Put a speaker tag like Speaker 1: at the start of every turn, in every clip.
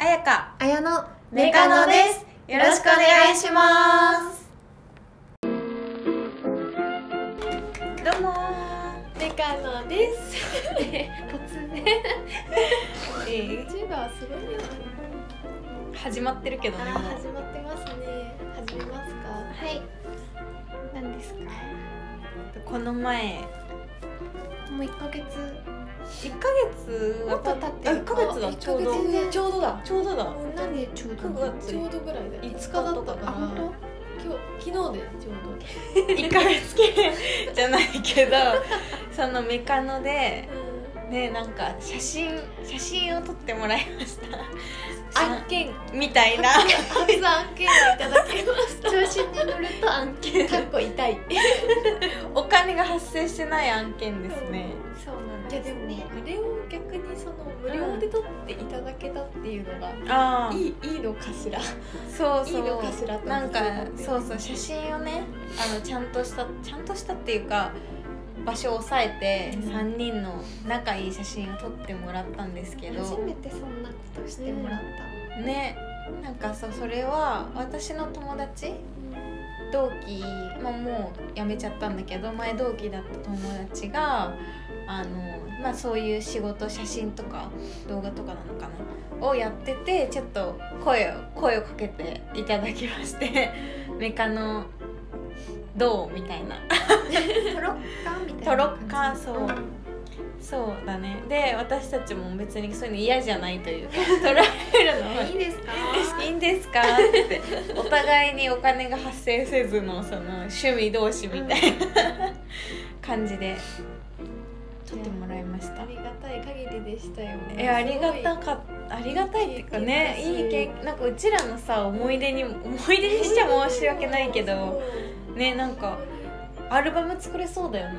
Speaker 1: あやの
Speaker 2: メカノですよろしくお願いしますどうも
Speaker 1: メカノです。突然。
Speaker 2: え
Speaker 1: YouTuber はすごいよ。
Speaker 2: ー始まってるけど
Speaker 1: あ
Speaker 2: ね
Speaker 1: ー
Speaker 2: もう
Speaker 1: 始まってますね。始めますか。はい。
Speaker 2: 何ですかこの前
Speaker 1: もう一ヶ月。
Speaker 2: 一ヶ月
Speaker 1: もっと経ってる
Speaker 2: あ一ヶ月だ
Speaker 1: あ
Speaker 2: ちょう
Speaker 1: 一ヶ月
Speaker 2: ど
Speaker 1: ね
Speaker 2: ちょうどだちょうどだ
Speaker 1: なんでちょうど。
Speaker 2: 九月
Speaker 1: ちょうどぐらいだよ。
Speaker 2: 五日
Speaker 1: 五日だったから。
Speaker 2: あ本
Speaker 1: 今日昨日でちょうど。
Speaker 2: 一ヶ月系じゃないけど そのメカノでねなんか写真写真を撮ってもらいました
Speaker 1: 案件
Speaker 2: みたいな
Speaker 1: 初案件をいただきました。 調子に乗ると案件。かっこ痛い。
Speaker 2: お金が発生してない案件ですね
Speaker 1: そうなんですね。あれを逆にその無料で撮っていただけたっていうのが。
Speaker 2: ああ
Speaker 1: いいいいのかしら
Speaker 2: そうそう
Speaker 1: いいのかしらと思
Speaker 2: なん
Speaker 1: って
Speaker 2: かそうそう写真をねあのちゃんとしたちゃんとしたっていうか場所を押さえて
Speaker 1: うん
Speaker 2: 3人の仲いい写真を撮ってもらったんですけ
Speaker 1: 初
Speaker 2: ど
Speaker 1: めてそんなことしてもら った
Speaker 2: ねなんかそうそれは私の友達同期、まあ、もう辞めちゃったんだけど前同期だった友達があの、まあ、そういう仕事写真とか動画とかなのかなをやっててちょっと声を声をかけていただきまして 「メカのどう?」みたいな
Speaker 1: トロッカみたいな
Speaker 2: トロッカーそうそうだねで私たちも別にそういうの嫌じゃないと いうか捉えるのは
Speaker 1: うんいいですか
Speaker 2: いいんですかってお互いにお金が発生せずのその趣味同士みたいな感じで撮ってもらいまし
Speaker 1: あ
Speaker 2: た
Speaker 1: りがたい限りでしたよ
Speaker 2: えありがたかったありがたいっていうかね
Speaker 1: いい
Speaker 2: いい
Speaker 1: 経
Speaker 2: 経
Speaker 1: 験
Speaker 2: なんかうちらのさ思い出に 思い出にしちゃ申し訳ないけどねなんかアルバム作れそうだよね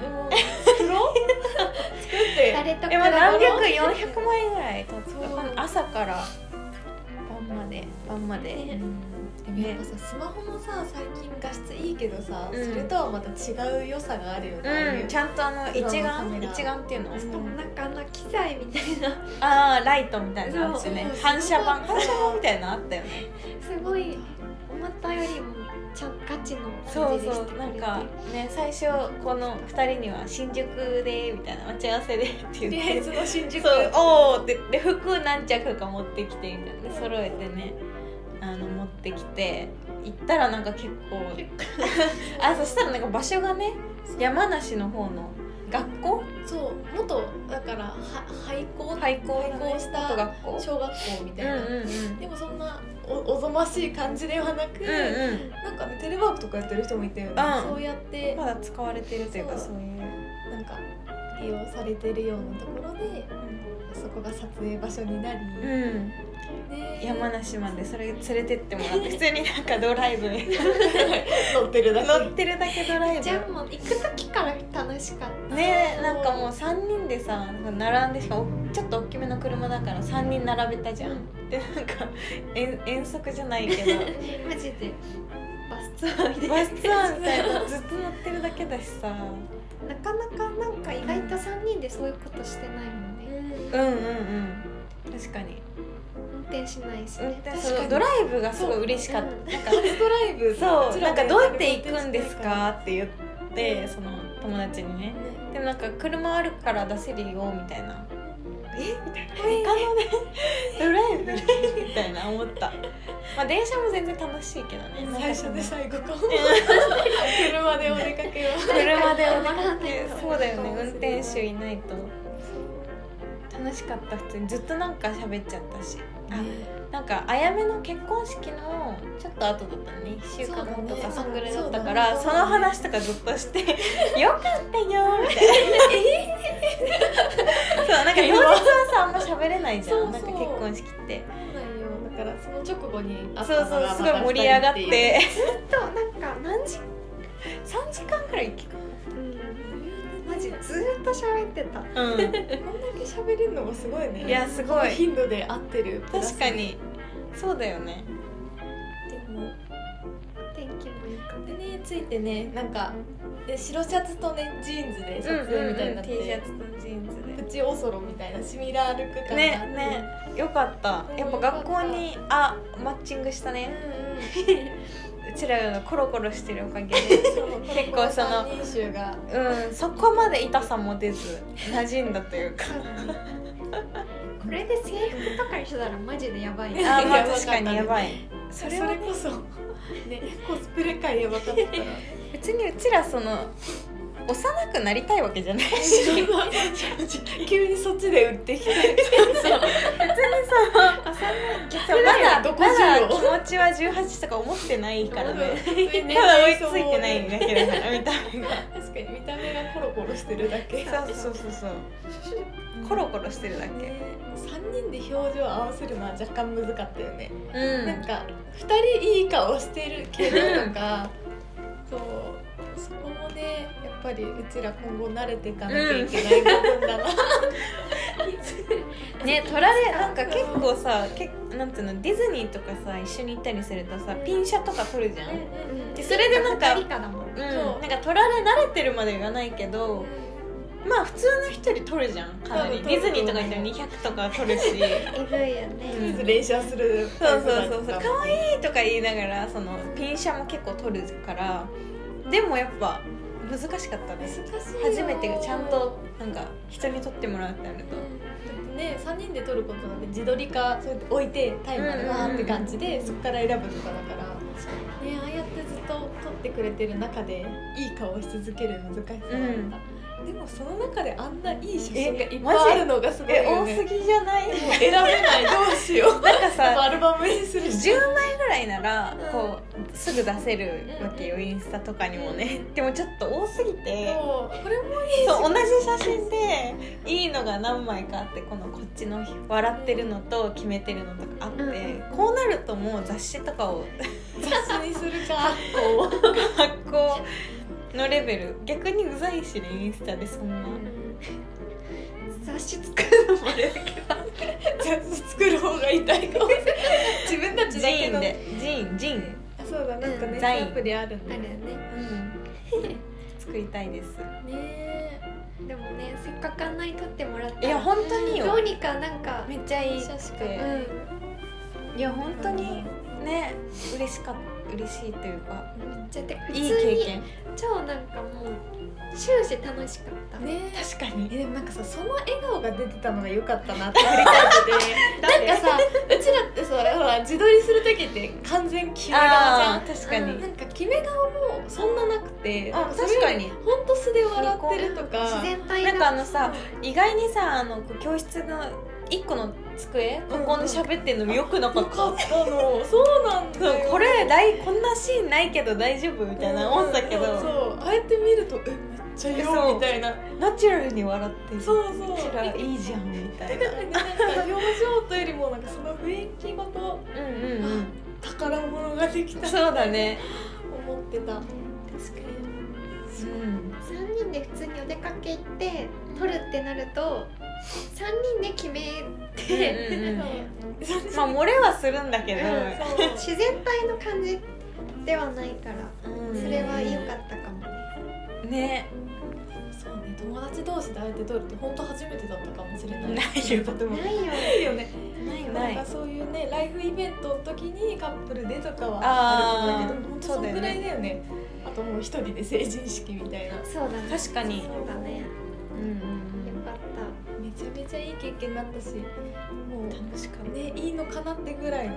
Speaker 1: 作ろう作って誰と
Speaker 2: えまあ何百
Speaker 1: 400
Speaker 2: 400枚ぐらい撮っ
Speaker 1: そう
Speaker 2: た朝から晩まで晩まで、
Speaker 1: ね
Speaker 2: うん
Speaker 1: やっぱさスマホもさ最近画質いいけどさ、
Speaker 2: うん
Speaker 1: それとはまた違う良さがあるよね、ああいう
Speaker 2: うん、ちゃんとあの
Speaker 1: 黒
Speaker 2: 一
Speaker 1: のカ
Speaker 2: 眼
Speaker 1: メラ
Speaker 2: 一眼っていうの、
Speaker 1: しかもなんかあんな機材みたいな
Speaker 2: ああライトみたいなやつね
Speaker 1: そう
Speaker 2: 反射板
Speaker 1: そう
Speaker 2: 反射板みたいなのあったよね
Speaker 1: すごい思ったよりもちゃんガチの
Speaker 2: そ
Speaker 1: 感
Speaker 2: う
Speaker 1: じでし
Speaker 2: そ
Speaker 1: て
Speaker 2: う
Speaker 1: く
Speaker 2: な
Speaker 1: れ
Speaker 2: ん
Speaker 1: て
Speaker 2: かね最初この2人には「新宿で」みたいな「待ち合わせで」って
Speaker 1: とりあ
Speaker 2: 言
Speaker 1: え
Speaker 2: って
Speaker 1: ずの新宿
Speaker 2: そうおお」ってで服何着か持ってきてみたいなで揃えてねあの持ってきて行ったらなんか結構 あそしたらなんか場所がね山梨の方の学校
Speaker 1: そう元だからは廃校
Speaker 2: 廃校
Speaker 1: 廃校した
Speaker 2: 元学校
Speaker 1: 小学校みた
Speaker 2: う
Speaker 1: い
Speaker 2: ん
Speaker 1: な、
Speaker 2: うんうん
Speaker 1: でもそんなおおぞましい感じではなく、
Speaker 2: うんうん
Speaker 1: なんかねテレワークとかやってる人もいたよね、
Speaker 2: うん
Speaker 1: そうやって
Speaker 2: まだ使われてるというか
Speaker 1: そ
Speaker 2: そうういう、
Speaker 1: なんか利用されてるようなところでそこが撮影場所になり、
Speaker 2: うん、
Speaker 1: ね
Speaker 2: 山梨までそれ連れてってもらって普通になんかドライ ブ
Speaker 1: 乗ってるだ
Speaker 2: 乗ってるだけドライ
Speaker 1: じゃあ
Speaker 2: ブ
Speaker 1: もう行く時から楽しかった
Speaker 2: ねなんかもう3人でさ並んでしかもちょっと大きめの車だから3人並べたじゃんでなんか遠遠足じゃないけど
Speaker 1: マジでバスツアーみたいな
Speaker 2: バスツアーみたいなずっと乗ってるだけだしさ
Speaker 1: なかなかなんか意外と3人でそういうことしてないもんね、
Speaker 2: うんうんうん確かに
Speaker 1: 運転しないし
Speaker 2: 運
Speaker 1: ね
Speaker 2: 転そうドライブがすごい嬉しかった、
Speaker 1: うん
Speaker 2: なんか
Speaker 1: 初ドライ ブ
Speaker 2: そう
Speaker 1: ち
Speaker 2: な
Speaker 1: らが
Speaker 2: んか
Speaker 1: や
Speaker 2: どうやっ
Speaker 1: る
Speaker 2: て行くんですかって言っ
Speaker 1: う
Speaker 2: て
Speaker 1: ん
Speaker 2: その友達にね
Speaker 1: 運転してる
Speaker 2: でもなんか車あるから出せるよみたいな
Speaker 1: からね
Speaker 2: えみたいな他のねドライブでみたいな思ったまあ電車も全然楽しいけどね
Speaker 1: 最初で
Speaker 2: なんか
Speaker 1: 最後かも 車でお出かけは
Speaker 2: その車でお出
Speaker 1: わか
Speaker 2: か
Speaker 1: んない
Speaker 2: け
Speaker 1: けど
Speaker 2: そうだよね運転手いないと楽しかった普通にずっとなんか喋っちゃったしあなんかあやめの結婚式のちょっと後だったのね1週間後とか
Speaker 1: そだ
Speaker 2: そう
Speaker 1: ね
Speaker 2: んぐらいだったから
Speaker 1: そう
Speaker 2: そ,、
Speaker 1: だね
Speaker 2: の話とかずっ として「よかったよ」みたいなそうなんか当日はさあんま喋れないじゃん
Speaker 1: そうそう
Speaker 2: なんか結婚式って
Speaker 1: そうなんよだからその直後に
Speaker 2: そうそうすごい盛り上がって
Speaker 1: となんか何時
Speaker 2: 3時間くらい聞く
Speaker 1: うんマジずーっと喋ってたこんだ
Speaker 2: う
Speaker 1: け喋れるのもすごいね
Speaker 2: いやすごい
Speaker 1: この頻度で合ってる
Speaker 2: ん確かにそうだよね
Speaker 1: でも天気も良くてねついてねなんかで白シャツとねジーンズで撮影みたいになって、
Speaker 2: T シャツとジーンズで
Speaker 1: プチオソロみたいなシミラールック感があって
Speaker 2: ねねよかった
Speaker 1: うん
Speaker 2: やっぱ学校にあマッチングした
Speaker 1: うん
Speaker 2: ね
Speaker 1: うん
Speaker 2: うちらがコロコロしてるおかげで
Speaker 1: 結
Speaker 2: 構その
Speaker 1: 人種が
Speaker 2: うんそこまで痛さも出ず馴染んだという か
Speaker 3: これで制服とか一緒だらマジでやばい
Speaker 2: あ
Speaker 3: ね
Speaker 2: まあ
Speaker 1: やばかったね
Speaker 2: 確かにやばい
Speaker 1: そ
Speaker 2: れ
Speaker 1: れ
Speaker 2: はね
Speaker 1: こそねコスプレ界やばかったら
Speaker 2: 別にうちらその幼くなりたいわけじゃないし
Speaker 1: 正直 急にそっちで売ってきて
Speaker 2: そう まだ
Speaker 1: どこ
Speaker 2: まだ
Speaker 1: 中を
Speaker 2: 気持ちは18とか思ってないからね
Speaker 1: た
Speaker 2: ただ追いついてないんだけどな見た目が
Speaker 1: 確かに見た目がコロコロしてるだけ
Speaker 2: そうそうそうそうコロコロしてるだけ
Speaker 1: 3人で表情を合わせるのは若干難かったよね、
Speaker 2: う
Speaker 1: なんか2人いい顔してるけどとかそうそこもねやっぱりうちら今後慣れていかなきゃいけない部分だな、
Speaker 2: ね取られなんか結構さけなんていうのディズニーとかさ一緒に行ったりするとさピンシャとか取るじゃん、うんでそれでなんか
Speaker 3: 二人だもん
Speaker 1: そう
Speaker 2: なんか取られ慣れてるまで言わないけどまあ普通の人より取るじゃんかなり
Speaker 1: 多分
Speaker 2: ディズニーとか行
Speaker 1: 取る
Speaker 2: った
Speaker 1: と
Speaker 2: ら
Speaker 1: 思う
Speaker 2: 200とか取るし
Speaker 3: えぐい
Speaker 1: とり
Speaker 3: よ
Speaker 1: あえ
Speaker 3: ね
Speaker 1: ず練習する
Speaker 2: そうそうそうそう可
Speaker 1: い
Speaker 2: 愛いとか言いながらそのピンシャも結構取るからでもやっぱ難しかった
Speaker 1: 難
Speaker 2: です
Speaker 1: しい
Speaker 2: 初めてちゃんとなんか人に取ってもらうってなると
Speaker 1: ね、3人で撮ることなんで自撮りかそうやって置いてタイマーでわーって感じで、そこから選ぶとかだから、ね、ああやってずっと撮ってくれてる中でいい顔をし続ける難しさだった、でもその中であんないい写真がいっぱいあるのがすごい
Speaker 2: え
Speaker 1: よ
Speaker 2: 多
Speaker 1: ね
Speaker 2: すぎじゃない
Speaker 1: もう選べないどうしよう
Speaker 2: なんか
Speaker 1: あ
Speaker 2: さ
Speaker 1: とアルバムにするし
Speaker 2: 10枚ぐらいなら
Speaker 1: うん
Speaker 2: こうすぐ出せるわけよ
Speaker 1: うん
Speaker 2: インスタとかにもねでもちょっと多すぎて
Speaker 1: もうこれもいいし
Speaker 2: そう同じ写真でいいのが何枚かあってこのこっちの笑ってるのと決めてるのとかあって
Speaker 3: う
Speaker 2: こうなるともう雑誌とかを
Speaker 1: 雑誌にするか
Speaker 2: こう発行のレベル逆にうざいしねインスタでそんな
Speaker 3: 雑誌作るのもね
Speaker 1: 雑誌作る方が痛いかもしれない自分た
Speaker 2: ジ
Speaker 1: ちだけ
Speaker 2: ーン
Speaker 1: の
Speaker 2: でジーンジーン
Speaker 1: あそうだなんか
Speaker 2: うん
Speaker 1: ね、
Speaker 2: ザイ
Speaker 1: ア
Speaker 2: ン
Speaker 1: プリあるん
Speaker 3: ある
Speaker 1: だ
Speaker 3: よね
Speaker 2: うん作りたいです
Speaker 3: ねでもねせっかくあんなに撮ってもらった
Speaker 2: いや本当に
Speaker 3: ど
Speaker 2: よ
Speaker 3: うにかなんか
Speaker 2: めっちゃいい
Speaker 1: 写真
Speaker 3: う
Speaker 1: ね
Speaker 3: ん
Speaker 2: いや本当にね嬉しかった嬉しいというか
Speaker 3: めっちゃで普通
Speaker 2: いい
Speaker 3: に
Speaker 2: 経験
Speaker 3: 超なんかもう終始楽しかった
Speaker 2: 確かに
Speaker 1: えでもなんかさその笑顔が出てたのが良かったなって振り返っててなんかさうちらってさほら自撮りする時って完全決め顔じゃ
Speaker 2: あ
Speaker 1: ん
Speaker 2: ー確かに、
Speaker 3: う
Speaker 1: なんか決め顔もそんななくて
Speaker 2: あ確かに
Speaker 1: ほんと素で笑ってるとか
Speaker 3: 自然体
Speaker 2: なんかあのさ
Speaker 3: う
Speaker 2: 意外にさあのこう教室の一個の机ここで喋ってんのよくなか
Speaker 1: よ
Speaker 2: った、
Speaker 1: かったのそうなん
Speaker 2: そう
Speaker 1: だよ
Speaker 2: これだいこんなシーンないけど大丈夫みたいな思ったけど、
Speaker 1: そうそうああやって見るとえめっちゃいい
Speaker 2: そう
Speaker 1: よみたいな
Speaker 2: ナチュラルに笑ってる
Speaker 1: そうそう
Speaker 2: こちらいいじゃんみたいな
Speaker 1: なんか表情というよりもなんかその雰囲気ごと
Speaker 2: うんうんうん
Speaker 1: 宝物ができた
Speaker 2: そうだね
Speaker 1: 思ってた
Speaker 3: 確かに
Speaker 2: うん
Speaker 3: 3人で普通にお出かけ行って撮るってなると3人で決めて、
Speaker 2: うんうんうん
Speaker 1: そう
Speaker 2: まあ漏れはするんだけど、
Speaker 1: そう
Speaker 3: 自然体の感じではないから
Speaker 2: うん
Speaker 3: それは良かったかも
Speaker 2: ね
Speaker 3: ね、
Speaker 1: そうね友達同士で会えて撮るって本当初めてだったかもしれない
Speaker 2: ないよ
Speaker 1: とても
Speaker 3: ないよ
Speaker 1: いよね
Speaker 2: ない
Speaker 1: なんかそういうねライフイベントの時にカップルでとかはある
Speaker 2: あ
Speaker 1: け
Speaker 2: ー
Speaker 1: ど本当そのぐらいだよねあともう一人で成人式みたいな
Speaker 3: そうだね
Speaker 2: 確かに
Speaker 3: そうだねよ
Speaker 2: うんうん
Speaker 3: かった
Speaker 1: めちゃめちゃいい経験だったしも
Speaker 2: うん楽しかっ
Speaker 1: うねいいのかなってぐらいの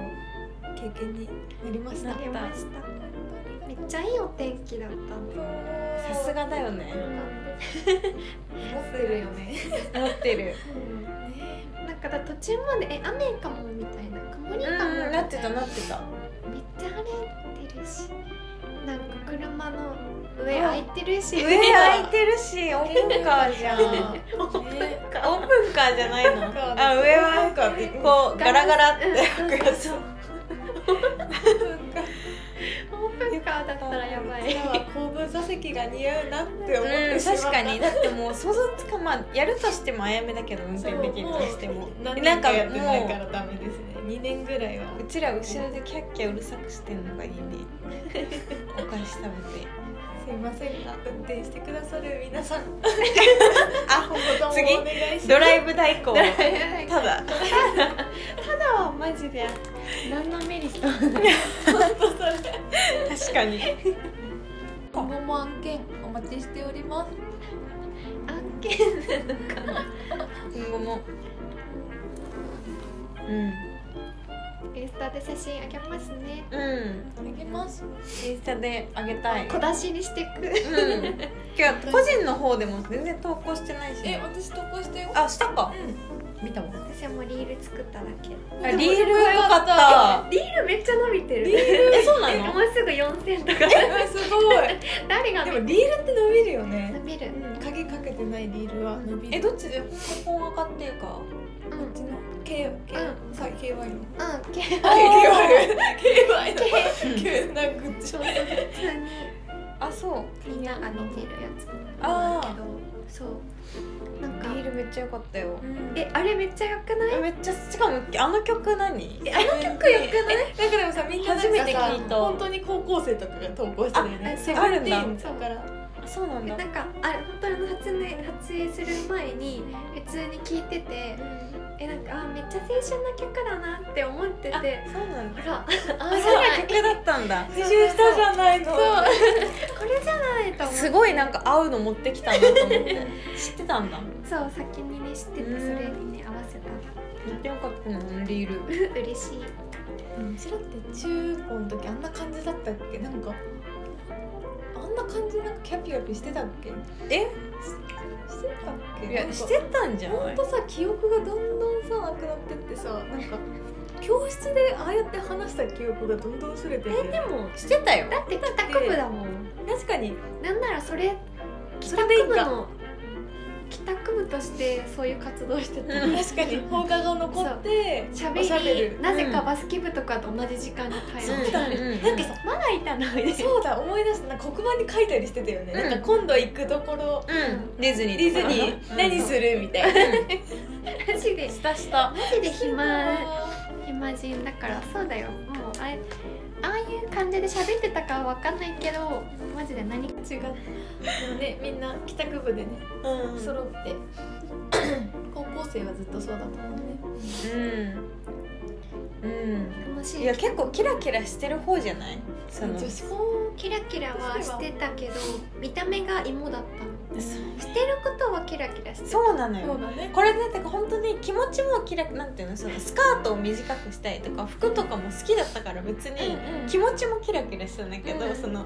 Speaker 1: 経験になりました
Speaker 2: な
Speaker 3: 出ましためっちゃいいお天気だったんだ
Speaker 2: たさすがだよね
Speaker 1: 持ってるよね
Speaker 2: 持ってる
Speaker 3: なんかだ途中までえ雨かもみたいな曇りかもみたいな
Speaker 2: なってたなってた
Speaker 3: めっちゃ晴れてるしなんか車の上開いてるし
Speaker 2: 上開いてるし オープンカーじゃん オー
Speaker 1: ね
Speaker 2: プンカーじゃないのあ上は
Speaker 1: かってこ
Speaker 2: こうガラガラって開くやつ
Speaker 3: オープンカーだったらやば
Speaker 1: うち
Speaker 3: い
Speaker 1: らは後部座席が似合うなって思ってしまった、
Speaker 2: うん確かにだってもう想像つかまあやるとしてもあやめだけど運転できるとしても
Speaker 1: 何
Speaker 2: な
Speaker 1: 年
Speaker 2: ん
Speaker 1: か
Speaker 2: か
Speaker 1: やってないか
Speaker 2: も
Speaker 1: らダメですね2年ぐらいは
Speaker 2: うう ちら後ろでキャッキャうるさくしてんのがいいねお菓子食べ
Speaker 1: 成
Speaker 2: て
Speaker 1: すいませんが運転してくださる皆さん
Speaker 2: あ
Speaker 1: 今後ともお
Speaker 2: 次
Speaker 1: 願いします
Speaker 2: ドライブ代行 た
Speaker 3: た
Speaker 2: だ
Speaker 3: だはマジで何のメリットもない
Speaker 2: 確かに
Speaker 1: 今後も案件お待ちしております
Speaker 3: 案件なのかな
Speaker 2: 今後もうん
Speaker 3: インスタで写真あげますね
Speaker 2: うん
Speaker 1: あげます
Speaker 2: インスタであげたい
Speaker 3: 小出しにしてく
Speaker 2: うん今日個人の方でも全然投稿してないし
Speaker 1: え私投稿したよ
Speaker 2: あしたか
Speaker 1: うん見たもん
Speaker 3: 私はもうリール作っただけ
Speaker 2: あリールよかった
Speaker 3: リールめっちゃ伸びてる
Speaker 1: リール
Speaker 2: えそうな
Speaker 3: えも
Speaker 2: の
Speaker 3: うすぐ4000とか
Speaker 1: えすごい
Speaker 3: 誰が
Speaker 1: で
Speaker 3: 見
Speaker 1: も
Speaker 3: る
Speaker 1: リールって伸びるよ
Speaker 3: 伸
Speaker 1: ね
Speaker 3: びる
Speaker 1: 影かけてないリールは伸びる
Speaker 2: えどっちでここが買っていいか
Speaker 3: うん
Speaker 1: こっちの K, K、
Speaker 3: う
Speaker 1: さ KY の
Speaker 3: うんけ
Speaker 1: あ KY の KY のグッズ
Speaker 3: 普通に
Speaker 2: あそう
Speaker 3: みんなが見てるやつ
Speaker 2: あー
Speaker 3: けどそうなん
Speaker 2: リ
Speaker 3: か
Speaker 2: ールめっちゃ良かったよ
Speaker 1: え
Speaker 3: えあれめっちゃ良くない
Speaker 2: めっちゃしかもあの曲何
Speaker 1: あの曲よくないだからさみんななんかさ
Speaker 2: 初めて聞いた
Speaker 1: 本当に高校生とかが投稿してるよ
Speaker 3: あえ
Speaker 1: ね
Speaker 3: そう
Speaker 2: あるんだ
Speaker 1: 17だから
Speaker 2: あそうなん
Speaker 3: え
Speaker 2: だ
Speaker 3: なんかあれ本当にあの発明発影する前に普通に聞いててえなんかあめっちゃ青春の曲だなって思ってて
Speaker 2: あ
Speaker 3: あ
Speaker 2: そうなんだ
Speaker 3: ら
Speaker 2: あそう な曲だったんだ
Speaker 1: 刺繍したじゃないの
Speaker 3: そうこれじゃないと思って
Speaker 2: すごいなんか合うの持ってきたなと思って 知ってたんだ
Speaker 3: そう先にね知ってて
Speaker 2: うん
Speaker 3: それにね合わせた
Speaker 2: めっちゃ良かったのリール
Speaker 3: 嬉しいう
Speaker 1: ちらって中高の時あんな感じだったっけなんかあんな感じなんかキャピキャピしてたっけ
Speaker 2: え
Speaker 1: してたっけ
Speaker 2: いやしてたんじゃな
Speaker 1: 本
Speaker 2: い
Speaker 1: 当さ記憶がどんどんさなくなってってさなんか教室でああやって話した記憶がどんどん薄れてるよね
Speaker 3: でも
Speaker 2: してたよ
Speaker 3: だって帰宅部だもん
Speaker 1: 確かに
Speaker 3: なんならそれ帰
Speaker 1: それでいい
Speaker 3: 宅
Speaker 1: ん
Speaker 3: 部
Speaker 1: だ
Speaker 3: の帰宅部としてそういう活動してた
Speaker 2: うん
Speaker 1: 確かに放課後残って
Speaker 3: しゃ
Speaker 1: おしゃべ
Speaker 3: べ
Speaker 1: る
Speaker 3: りなぜかバスケ部とかと同じ時間に帰
Speaker 2: うん
Speaker 3: る
Speaker 1: なんかさ
Speaker 3: まだいたのみたいな
Speaker 1: そうだ思い出したなんか黒板に書いたりしてたよね、
Speaker 2: うん
Speaker 1: なんか今度行くところ
Speaker 2: うんディズニ
Speaker 1: デ
Speaker 2: ー
Speaker 1: ィズニー何するみたいな
Speaker 3: マジで
Speaker 2: したした
Speaker 3: マジで暇暇人だからそうだよもうあいああいう感じで喋ってたかは分かんないけどマジで何か
Speaker 1: 違うでもねみんな帰宅部でね
Speaker 2: うん
Speaker 1: 揃って高校生はずっとそうだったもんね
Speaker 2: うんうん
Speaker 3: 楽しい
Speaker 2: いや結構キラキラしてる方じゃないその
Speaker 1: 女子高
Speaker 3: キラキラはしてたけど見た目が芋だったのしてることはキラキラして
Speaker 2: そうなの
Speaker 1: そう
Speaker 2: よ
Speaker 1: だね
Speaker 2: これねてか本当に気持ちもキラなんていうのそのスカートを短くしたいとか服とかも好きだったから別に
Speaker 3: うんうん
Speaker 2: 気持ちもキラキラしてたんだけど、
Speaker 3: うん
Speaker 2: その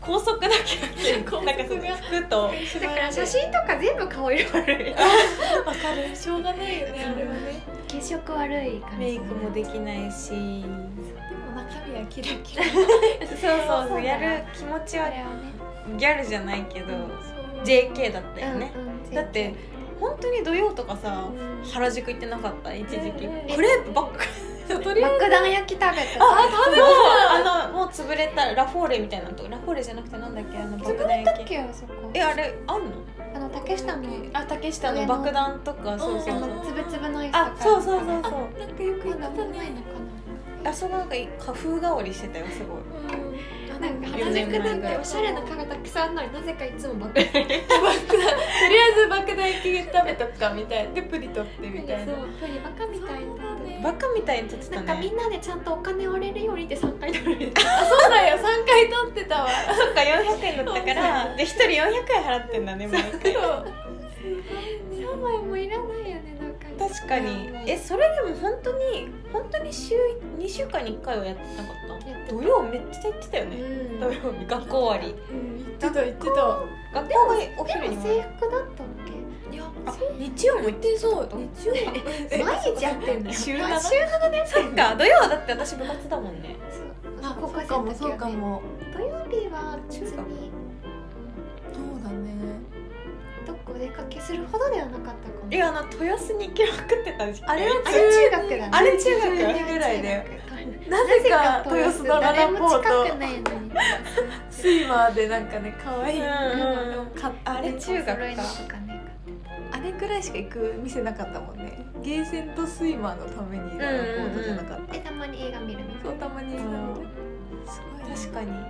Speaker 2: 高速だけ がキラキラなんかそ
Speaker 1: 校則
Speaker 2: の
Speaker 1: が
Speaker 2: 服と
Speaker 3: だから写真とか全部顔色悪い
Speaker 1: わかるしょうがないよねあれはね
Speaker 3: 血色悪い感じ
Speaker 2: メイクもできないし
Speaker 1: でも中身はキラキラ
Speaker 2: そうそう
Speaker 3: そ
Speaker 2: そううやる気持ち
Speaker 3: あ
Speaker 2: は
Speaker 3: れはね
Speaker 2: ギャルじゃないけど
Speaker 1: そう
Speaker 2: JK だったよね、
Speaker 3: うんうん
Speaker 2: だって本当に土曜とかさ
Speaker 3: うん
Speaker 2: 原宿行ってなかった一時期、
Speaker 1: うん
Speaker 2: クレープばっかりとりあえ
Speaker 3: 爆弾焼き食べた
Speaker 2: あ食べたあのもう潰れたラフォーレみたいなのとラフォーレじゃなくてなんだっけあの爆弾
Speaker 3: だっ
Speaker 2: 焼き
Speaker 3: けよそこ
Speaker 2: えあれあんの
Speaker 3: あの竹下の
Speaker 2: あ竹下の爆弾とかそうそう
Speaker 3: あ
Speaker 2: そう
Speaker 3: のつぶつぶのやつとか
Speaker 2: あそうそうそうそう
Speaker 1: なんかよく
Speaker 3: ま
Speaker 1: 言って
Speaker 3: だ
Speaker 1: た
Speaker 3: もうない
Speaker 1: ね
Speaker 3: のか
Speaker 2: あそこなんか花風香りしてたよすごい
Speaker 1: うん
Speaker 3: ななんか
Speaker 2: 有
Speaker 3: 原
Speaker 2: 名
Speaker 3: 宿
Speaker 2: な
Speaker 3: なんておしゃれなカフェたくさんあるのになぜかいつも爆弾
Speaker 1: とりあえず爆弾焼き食べとくかみたいなでプリ取ってみたいな
Speaker 3: そうプリバカみたいになってて
Speaker 2: バカみたいに撮って
Speaker 3: な
Speaker 2: た
Speaker 3: んかみ
Speaker 2: ね
Speaker 3: んなでちゃんとお金折れるようにって3回取られて
Speaker 1: そうだよ3回取ってたわ
Speaker 2: そっか400円だった からで1人400円払ってんだね毎回
Speaker 3: 3枚もいらないよねなんか
Speaker 2: 確かにえそれでも本当に本当に週2週間に1回はやってなかった
Speaker 3: やってた
Speaker 2: 土曜めっちゃ行ってたよね、
Speaker 1: うん
Speaker 2: 土曜日学校終わり
Speaker 1: うん言ってた言ってた
Speaker 2: 学校がお
Speaker 3: で
Speaker 2: 昼に
Speaker 3: も
Speaker 2: 終わ
Speaker 3: 制
Speaker 2: る
Speaker 3: 服だったっ
Speaker 1: いや
Speaker 2: あ日曜も行ってそう
Speaker 1: 日 曜
Speaker 3: け毎日やってんのよ
Speaker 2: 週
Speaker 3: あ
Speaker 2: 7
Speaker 3: 週7でやって
Speaker 2: そっ
Speaker 3: んの
Speaker 2: か土曜だって私部活だもんね
Speaker 3: そう
Speaker 1: あ
Speaker 3: 高校
Speaker 1: そう
Speaker 3: 生
Speaker 1: かもそうか
Speaker 3: の時はね
Speaker 1: も
Speaker 3: 土曜日は別に
Speaker 1: そうだね
Speaker 3: どこお出かけするほどではなかったかも
Speaker 2: えあの豊洲に行きまくってた時期
Speaker 1: あれは
Speaker 3: あれ中学だね
Speaker 2: あれ中学
Speaker 1: 中二ぐらいでな
Speaker 3: な
Speaker 1: ぜ
Speaker 3: ぜ
Speaker 1: か
Speaker 3: か
Speaker 1: 豊
Speaker 3: 豊
Speaker 1: 洲
Speaker 3: 洲
Speaker 1: の
Speaker 3: の
Speaker 1: ラ
Speaker 3: ラ
Speaker 1: ラ
Speaker 3: ラ
Speaker 1: ポ
Speaker 3: ポ
Speaker 1: ー
Speaker 3: ー
Speaker 1: ト
Speaker 3: トないのに
Speaker 1: スイマーでなんかね可愛い
Speaker 2: うんうん
Speaker 1: か
Speaker 2: あれ中学か
Speaker 3: お揃いのとかね
Speaker 1: あれくらいしか行く店なかったもんねゲーセンとスイマーのためにララポートじゃなかった、
Speaker 3: でたまに映画見るみた
Speaker 1: そ
Speaker 3: い
Speaker 1: うたまに
Speaker 2: うん
Speaker 1: すごいね
Speaker 2: 確かに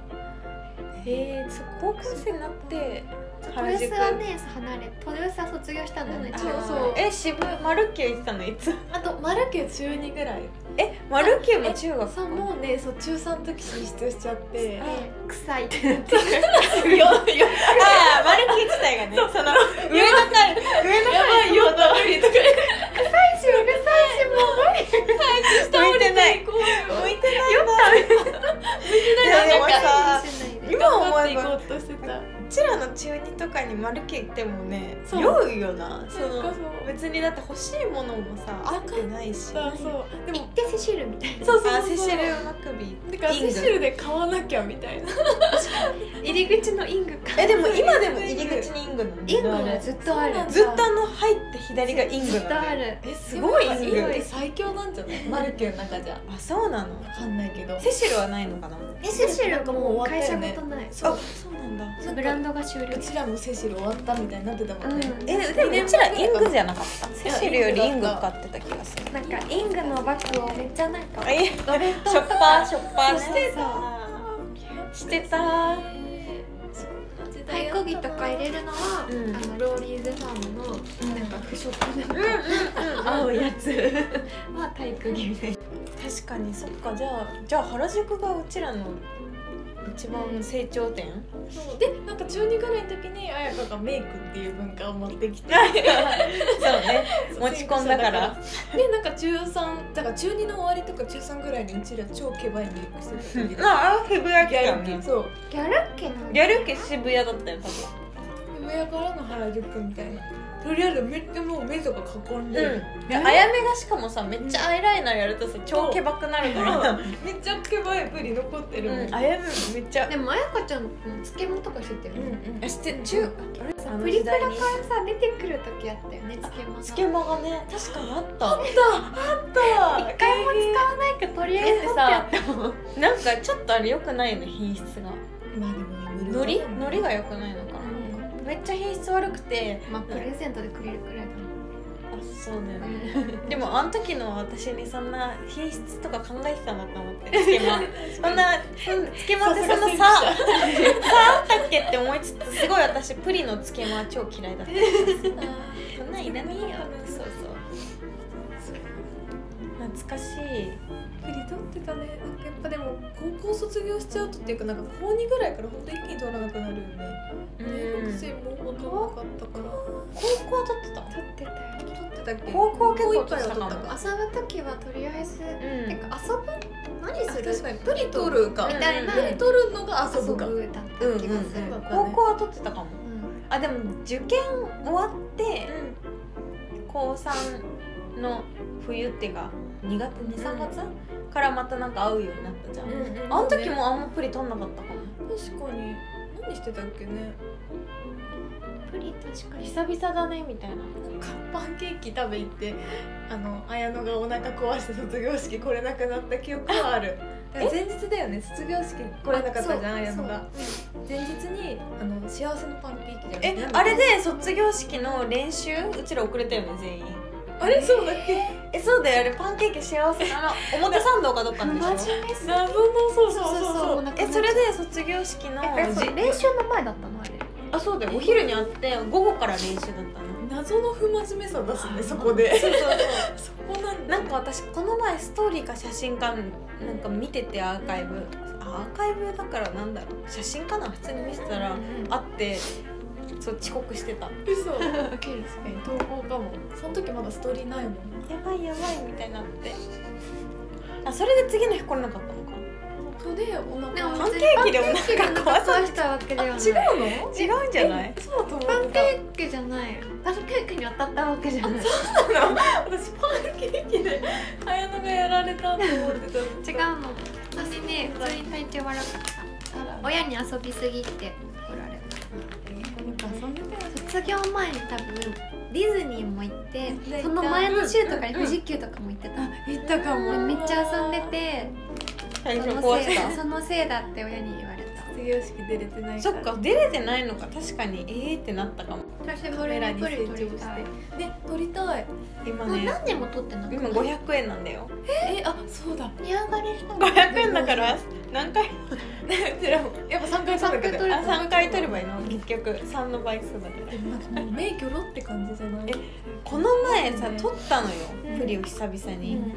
Speaker 2: ええー、そう高校生になって
Speaker 3: 豊洲はね離れ豊洲は卒業したんだよね
Speaker 2: あ
Speaker 1: ん
Speaker 3: 中学
Speaker 2: ー
Speaker 1: そう
Speaker 2: え渋マルキュー行ってたのいつ
Speaker 1: あとマルキュー中2ぐらい
Speaker 2: えマルキューも中学
Speaker 1: そうもうねそう中3の時進出しちゃ って
Speaker 2: あ
Speaker 3: で臭いってなって
Speaker 1: よよやばいよ
Speaker 2: ああマルキュー自体がねその上の階上の
Speaker 1: とか言って
Speaker 3: 臭いしうるさいしもう無理
Speaker 2: 向いてない
Speaker 1: こうよ
Speaker 2: 向いてないな
Speaker 1: ない
Speaker 2: やでも
Speaker 3: か
Speaker 2: さ
Speaker 3: もしれないね
Speaker 2: 今
Speaker 1: 頑
Speaker 2: 思
Speaker 1: 張って
Speaker 2: え
Speaker 1: いこ
Speaker 2: ば
Speaker 1: うとしてた
Speaker 2: うちらの中二とかにマルキュー行ってもね
Speaker 1: そう
Speaker 2: 酔うよなそ
Speaker 1: なん
Speaker 2: の
Speaker 1: かそう
Speaker 2: 別にだって欲しいものもさ合ってないし
Speaker 1: そうそうで
Speaker 3: 行
Speaker 1: も
Speaker 3: ってセシルみたいな
Speaker 1: そうそうそう
Speaker 2: あセシル・マクビ
Speaker 1: だからセシルで買わなきゃみたいな
Speaker 3: 入り口のイングか
Speaker 2: ーえでも今でも入り口にイングなの
Speaker 3: イングがずっとある
Speaker 1: そうなんだ
Speaker 2: ずっとあの入って左がイングな
Speaker 3: ずっ
Speaker 2: の
Speaker 3: とある
Speaker 1: えす
Speaker 2: ごい
Speaker 1: イングって最強なんじゃないマルキューの中じゃ
Speaker 2: あそうなの
Speaker 1: わかんないけど
Speaker 2: セシルはないのかな
Speaker 3: セシルがもう
Speaker 1: 終
Speaker 3: 会
Speaker 1: わった
Speaker 3: 社
Speaker 1: よ
Speaker 3: ご
Speaker 1: ね
Speaker 3: とない
Speaker 1: そう
Speaker 2: そうなんだ
Speaker 1: なんか
Speaker 3: ブランドが終了
Speaker 1: うちらもセシル終わったみたいになってたもんね、
Speaker 3: うん
Speaker 2: えでもうちらイングじゃなかったセシルよりイング買ってた気がする
Speaker 3: なんかイングのバッグをめっちゃなんか
Speaker 2: あいやシ
Speaker 3: ドレッド
Speaker 2: ョッパーショッパー
Speaker 3: そう
Speaker 2: してたしてた
Speaker 3: 太鼓木とか入れるのは、
Speaker 2: うん
Speaker 3: あのローリーズファームのなんか不織布なんか
Speaker 2: 合うやつ
Speaker 3: は太鼓木みたいな
Speaker 2: 確かにそっかじゃあじゃあ原宿がうちらの一番成長 点
Speaker 1: そうでなんか中二ぐらいの時に彩香がメイクっていう文化を持ってきて
Speaker 2: そうね持ち込んだから
Speaker 1: でなんか中3だから中2の終わりとか中3ぐらいにうちら超ケバいメイクしてた
Speaker 2: まあフェブヤ
Speaker 1: ギャル系そう
Speaker 3: ギャルっけなん
Speaker 2: ギャル系渋谷だったよ多分
Speaker 1: 上からの原宿みたいなとりあえずめっちゃもう目とか囲んで、
Speaker 2: うん、あやめがしかもさめっちゃアイライナーやるとさ超ケバくなるから、
Speaker 1: めっちゃケバいプリ残ってるもん、
Speaker 2: うん、あやめめっちゃ
Speaker 3: でも彩香ちゃんのつけもとか知ってる、
Speaker 1: うん
Speaker 2: あ知って中あれあの
Speaker 3: プリ
Speaker 2: 時
Speaker 3: クラ
Speaker 2: 代
Speaker 3: から
Speaker 2: に
Speaker 3: さ出てくる時あったよねつけもが
Speaker 2: つけまがね確かにあったあ
Speaker 1: あ
Speaker 2: った
Speaker 1: っ
Speaker 2: 一回も
Speaker 3: なんかとりあえ
Speaker 2: え
Speaker 3: ず
Speaker 2: で
Speaker 3: さ
Speaker 2: さなんかちょっとあれ良くないの品質が
Speaker 1: まあでもね
Speaker 2: のりのりが良くないのかな、めっちゃ品質悪くて
Speaker 3: まあプレゼントでくれるくらいだもん
Speaker 2: あそうだよねでもあの時の私にそんな品質とか考えてたのと思ってつけ まそんなつけまってそんなささあったっけって思いつつすごい私プリのつけま超嫌いだったそんなんいらねえよそうそう懐かしい
Speaker 1: プリ取ってたねなんかやっぱでも高校卒業しちゃうとっていうかなんか高2ぐらいからほんと一気に取らなくなるよね大学生も分かんなかったから
Speaker 2: 高校は取ってた
Speaker 3: 撮ってたよ
Speaker 1: 取ってたっけ
Speaker 2: 高校
Speaker 1: 高
Speaker 2: 結構
Speaker 1: 校いっぱいは取った
Speaker 2: 取っ
Speaker 1: か
Speaker 2: た
Speaker 3: 遊ぶ時はとりあえず、
Speaker 2: ん
Speaker 3: てか遊ぶ何
Speaker 1: あ
Speaker 3: する
Speaker 1: 確かにプリ取るか、
Speaker 2: うん
Speaker 3: みたいな
Speaker 2: うん
Speaker 1: プリ取るのが遊
Speaker 3: 遊
Speaker 1: ぶか、
Speaker 3: ぶだった気がする、
Speaker 1: うんうんうん
Speaker 2: 高校は取ってたかも
Speaker 3: うん
Speaker 2: あでも受験終わって高3の冬っていうか2月23月、からまたなんか会うようになったじゃん、
Speaker 1: うんうん
Speaker 2: あの時もあんまプリ取んなかったかも
Speaker 1: 確かに何してたっけね
Speaker 3: プリ確かに
Speaker 2: 久々だねみたいな
Speaker 1: なんかパンケーキ食べ行ってあの綾乃がお腹壊して卒業式来れなくなった記憶はあ るだから前日だよね卒業式来れなかったじゃん
Speaker 3: あ
Speaker 1: 綾
Speaker 3: そう
Speaker 1: 乃が前日にあの幸せのパンケーキじゃなくて
Speaker 2: えあれで卒業式の練習うちら遅れたよね全員
Speaker 1: あれそうだっけ
Speaker 2: えそうだよあれパンケーキ幸せなの表参道かどっか
Speaker 3: 真
Speaker 2: の
Speaker 3: 面
Speaker 2: でしょ
Speaker 3: 目すぎ
Speaker 1: 謎のそうそう
Speaker 3: そう
Speaker 1: そう
Speaker 3: そう
Speaker 1: そう
Speaker 3: お腹
Speaker 2: えそれで卒業式の
Speaker 3: えそ
Speaker 2: じ
Speaker 3: れ練習の前だったのあれ
Speaker 2: あそうだよお昼に会って午後から練習だったの
Speaker 1: 謎の不真面目さ出すねそこで
Speaker 2: そうそうそう
Speaker 1: そこなん
Speaker 2: なんか私この前ストーリーか写真かなんか見ててアーカイブあアーカイブだからなんだろう写真かな普通に見せたら会ってそう遅刻してたや
Speaker 1: 嘘確かに投稿かもその時まだストーリーないもん
Speaker 2: ばいやばいみたいになってあそれで次の日来れなかったのか
Speaker 1: それでお
Speaker 3: でも
Speaker 1: 腹
Speaker 2: パンケーキでお腹
Speaker 3: パンケーキでお腹壊したわけではない
Speaker 1: 違うの
Speaker 2: 違うんじゃない
Speaker 1: そうだと思ってた
Speaker 3: パンケーキじゃないパンケーキに当たったわけじゃない
Speaker 1: 私パンケーキで綾乃がやられたと思ってた
Speaker 3: 違うの私ね普通に体調悪かった親に遊びすぎって怒られた
Speaker 1: 遊んでたよ
Speaker 3: 卒業前に多分ディズニーも行って
Speaker 1: 行った
Speaker 3: その前の週とかに
Speaker 2: うんうん
Speaker 3: 富士急とかも行ってた、
Speaker 1: 行ったかも
Speaker 3: めっちゃ遊んでて
Speaker 2: 最初
Speaker 3: その
Speaker 2: 壊
Speaker 3: せい
Speaker 2: し
Speaker 3: そのせいだって親に言われた
Speaker 1: 卒業式出れてな
Speaker 2: た
Speaker 1: い
Speaker 2: そっか出れてないのか確かにええー、ってなったかも
Speaker 3: 久し
Speaker 1: カ
Speaker 3: ぶり
Speaker 1: メラ
Speaker 3: に
Speaker 1: に
Speaker 3: プ
Speaker 1: 成
Speaker 3: リ
Speaker 1: 長し
Speaker 3: 撮
Speaker 1: て
Speaker 3: りたい
Speaker 1: ね撮りたい
Speaker 2: 今
Speaker 3: もう
Speaker 2: ね
Speaker 3: 何年も撮ってなく
Speaker 2: 今
Speaker 3: ない
Speaker 2: 500円なんだよ
Speaker 1: えあそうだ
Speaker 3: 値上がりしたの
Speaker 2: 500円だから何回
Speaker 1: うちらもやっぱ3回撮
Speaker 3: 三
Speaker 1: るけ
Speaker 3: 回
Speaker 1: ど
Speaker 3: 撮る
Speaker 2: あ3回取ればいいの結局3の倍数だから
Speaker 1: でもなんかもう目ギョロって感じじゃない
Speaker 2: えこの前さ撮ったのよ
Speaker 3: うん
Speaker 2: プリを久々
Speaker 3: う
Speaker 2: に、
Speaker 3: ん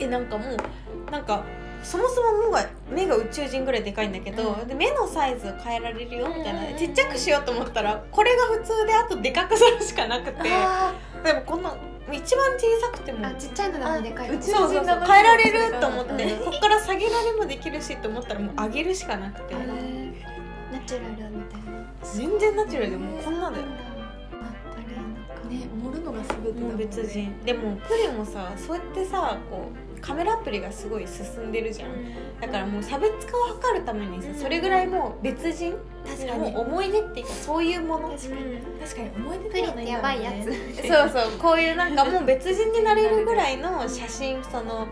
Speaker 2: えなんかもうなんかそもそも目が目が宇宙人ぐらいでかいんだけど、
Speaker 3: うん
Speaker 2: で目のサイズ変えられるよみたいな、
Speaker 3: うんうんうん
Speaker 2: ちっちゃくしようと思ったらこれが普通であとでかくするしかなくて
Speaker 3: あ
Speaker 2: でもこの一番小さくても
Speaker 3: ーあちっちゃいのなのでかいの
Speaker 1: あ宇宙人
Speaker 2: そうそうそう
Speaker 1: なのに
Speaker 2: 変えられると思って、
Speaker 3: うん
Speaker 2: こっから下げられもできるしと思ったらもう上げるしかなくて、
Speaker 3: へーナチュラルみたいな
Speaker 2: 全然ナチュラルでもうこんなだよ
Speaker 3: あこれなんか
Speaker 1: ね盛るのが全てだ
Speaker 2: も
Speaker 1: も
Speaker 2: うん別人でもプリもさそうやってさこうカメラアプリがすごい進んでるじゃん、だからもう差別化を図るためにさ、
Speaker 3: うん
Speaker 2: それぐらいもう別人
Speaker 1: 確か
Speaker 2: も
Speaker 1: に
Speaker 2: う思い出っていうかそういうもの
Speaker 3: 確かに
Speaker 1: 確かに思い出
Speaker 3: プリ
Speaker 1: だよ
Speaker 3: っ
Speaker 1: ね
Speaker 3: てやばいやつ
Speaker 2: そうそうこういうなんかもう別人になれるぐらいの写真その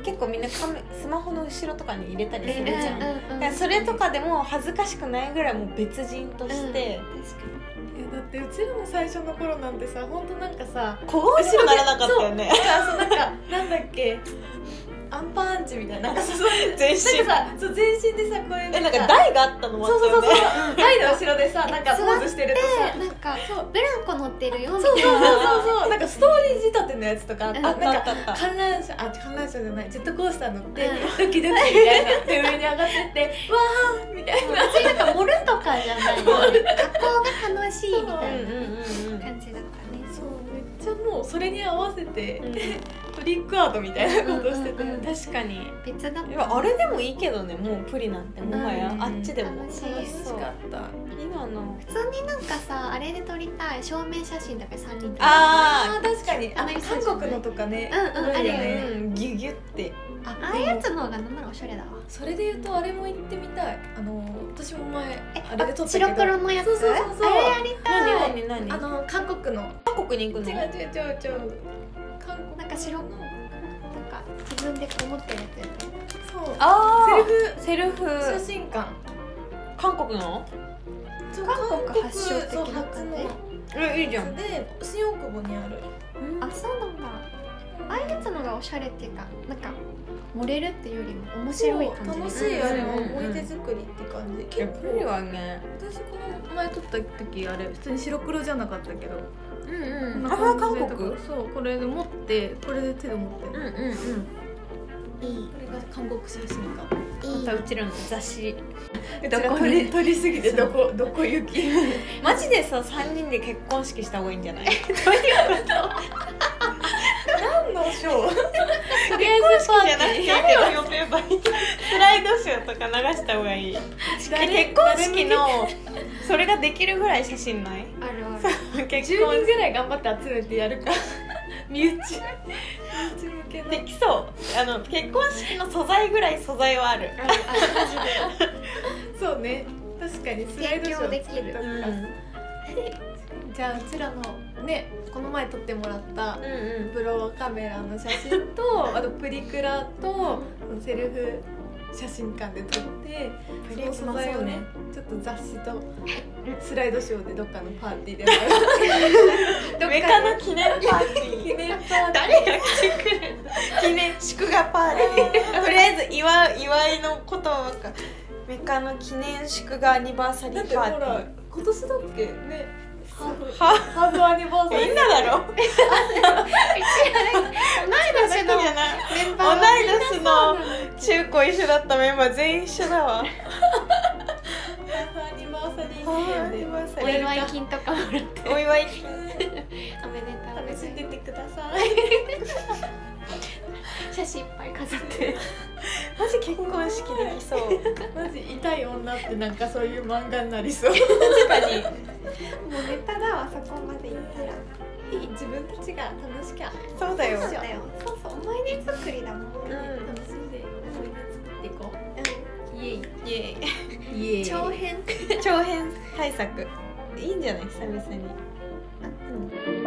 Speaker 3: 結
Speaker 2: 結構みんなカメスマホの後ろとかに入れたりするじゃん、だ
Speaker 3: ん
Speaker 2: からそれとかでも恥ずかしくないぐらいもう別人として、
Speaker 3: 確かに
Speaker 1: いやだってうちらの最初の頃なんてさ本当なんかさ
Speaker 2: 小顔にもならなかったよね
Speaker 1: あそうなんかなんだっけアンパンチみたいななんかさそう
Speaker 2: 全身
Speaker 1: なんかさそう全身でさこういう
Speaker 2: えなんか台があったのもあ
Speaker 1: そうそ
Speaker 2: った
Speaker 1: うそう
Speaker 2: よね
Speaker 1: そう台の後ろでさなんかポーズしてるとさ
Speaker 3: なんか
Speaker 1: そう
Speaker 3: ブランコ乗ってるよみ
Speaker 1: そう
Speaker 3: たい
Speaker 1: そう
Speaker 3: な
Speaker 1: そうそうなんかストーリー仕立てのやつとかあった
Speaker 3: うん
Speaker 2: あ
Speaker 1: な
Speaker 2: っ
Speaker 1: ん
Speaker 2: たあ
Speaker 1: か
Speaker 2: ったあった
Speaker 1: 観覧車あ観覧車じゃないジェットコースター乗って、
Speaker 3: うん
Speaker 1: ドキドキみたいな で上に上がってってわーみたいな
Speaker 3: 別になんか盛るとかじゃないのに加工が楽しいみ
Speaker 2: うん
Speaker 3: たい
Speaker 2: うんうんうん
Speaker 3: な感じだったね
Speaker 1: そうめっちゃもうそれに合わせて
Speaker 2: うん
Speaker 1: トリックアートみたいなことをしてて、
Speaker 3: うんうんうん
Speaker 2: 確かに
Speaker 3: 別だった
Speaker 2: いやあれでもいいけどねもうプリなんてもはや、
Speaker 1: うん
Speaker 2: あっちでも
Speaker 3: 楽しい
Speaker 1: 楽しかった
Speaker 2: 今の
Speaker 3: 普通になんかさあれで撮りたい照明写真だけ3人で
Speaker 1: あ
Speaker 2: あ
Speaker 1: ー確かにあ
Speaker 3: 楽しそう
Speaker 1: 韓国のとかね
Speaker 3: うんうん
Speaker 1: 多
Speaker 2: あ
Speaker 1: いよ
Speaker 3: あるよ
Speaker 1: ね
Speaker 3: ね
Speaker 2: うんギュギュって
Speaker 1: あ
Speaker 3: ああいうやつの方がなんならおしゃれだわ
Speaker 1: それで言うとあれも行ってみたいあの私も前
Speaker 3: え
Speaker 1: あれで撮ったけど
Speaker 3: 白黒のやつ
Speaker 1: そうそうそうそう
Speaker 3: あれやりたい
Speaker 2: 何何何
Speaker 1: あの韓国の
Speaker 2: 韓国に行く
Speaker 1: 違う
Speaker 2: の
Speaker 1: 違う違う違う韓国
Speaker 3: なんか白のなんか自分でこう持ってるやつやった
Speaker 1: そう
Speaker 2: あ
Speaker 1: セル
Speaker 2: ー
Speaker 1: フ
Speaker 2: セルフ
Speaker 1: 写真館
Speaker 2: 韓国の
Speaker 1: そう
Speaker 3: 韓国発祥
Speaker 1: そう
Speaker 3: 的な感じ
Speaker 1: 初
Speaker 2: えいいじゃ
Speaker 1: の
Speaker 2: ん
Speaker 1: で新大久保にある
Speaker 3: あそうなんだああいうやつのがおしゃれっていうかなんか盛れるっていうよりも面白い感じ
Speaker 1: 楽しいあれは
Speaker 2: うんうんうん
Speaker 1: 思い出作りって感じ
Speaker 2: いや
Speaker 1: 結
Speaker 2: プリ
Speaker 1: 構
Speaker 2: はね
Speaker 1: 私この前撮った時あれ普通に白黒じゃなかったけど
Speaker 2: うん
Speaker 1: こ
Speaker 2: あ
Speaker 1: んな
Speaker 2: れは韓
Speaker 1: 感じで
Speaker 2: 国
Speaker 1: とかそうこれで持ってこれで手で持って
Speaker 2: うん
Speaker 1: る
Speaker 2: うんうん
Speaker 3: いい
Speaker 1: これが韓国写真館
Speaker 3: いい
Speaker 2: またうちらの雑誌
Speaker 1: どこ
Speaker 2: 撮り
Speaker 1: 取りすぎ
Speaker 2: て ど
Speaker 1: こどこ行き
Speaker 2: マジでさ3人で結婚式した方がいいんじゃない
Speaker 1: 何のショー
Speaker 2: 結婚式じゃなくて 誰を呼べばいいスライドショーとか流した方がいい結婚式のそれができるぐらい写真ない
Speaker 3: あるある
Speaker 2: 結
Speaker 1: 10人
Speaker 2: 婚
Speaker 1: ぐらい頑張って集めてやるか身内身内向けの
Speaker 2: できそうあの結婚式の素材ぐらい素材はある
Speaker 3: あ るある
Speaker 1: そうね確かにスライドショー作 っとくか
Speaker 2: うん
Speaker 1: じゃあうちらのねこの前撮ってもらった
Speaker 2: うん
Speaker 1: プロカメラの写真 とあとプリクラとセルフ写真館で撮って
Speaker 2: プ
Speaker 1: そ
Speaker 2: リ
Speaker 1: の
Speaker 2: クラ
Speaker 1: 素
Speaker 2: も
Speaker 1: 材
Speaker 2: そ
Speaker 1: を
Speaker 2: う
Speaker 1: ね
Speaker 2: ね
Speaker 1: ちょっと雑誌とスライドショーでどっかのパーティー で
Speaker 2: メカの記念パーティ
Speaker 1: 記
Speaker 2: ー
Speaker 1: 念パーティー
Speaker 2: 誰が来てくれる記念祝賀パーティー とりあえず祝う祝いのことはかメカの記念祝賀アニバーサリ
Speaker 1: だっ
Speaker 2: ー
Speaker 1: て
Speaker 2: パ
Speaker 1: ほ
Speaker 2: ーテ
Speaker 1: ら
Speaker 2: ィ
Speaker 1: 今年だっけねハ
Speaker 2: ーは
Speaker 1: ードアニバーサリ
Speaker 2: み
Speaker 1: ー
Speaker 2: んなだろ
Speaker 3: 同い年の
Speaker 2: じゃない
Speaker 3: メン
Speaker 2: 同
Speaker 3: バー
Speaker 2: い年の中高一緒だったメンバー全員一緒だ
Speaker 1: ハ
Speaker 2: わ
Speaker 1: ーフアニバーサリー記念で
Speaker 3: お
Speaker 2: お
Speaker 3: 祝い金とかもらって
Speaker 2: 祝い
Speaker 3: おめでとう
Speaker 1: 試
Speaker 3: ござ
Speaker 1: し
Speaker 3: い
Speaker 1: に
Speaker 3: ま
Speaker 1: 出てください
Speaker 3: す写真いっぱい飾って
Speaker 2: マジ結婚式できそう
Speaker 1: マジ痛い女ってなんかそういう漫画になりそう
Speaker 2: 確かに
Speaker 3: もうネタだわそこまでいったら
Speaker 1: 自分たちが楽しきゃ
Speaker 2: そうだよ
Speaker 3: そうだよそうそう思い出作りだもんね、
Speaker 2: うん
Speaker 1: 楽しんで思い出作っていこうイエイ
Speaker 2: イエ
Speaker 1: イエイ
Speaker 3: 長編
Speaker 2: イ長編対策いいんじゃない久々に
Speaker 3: うん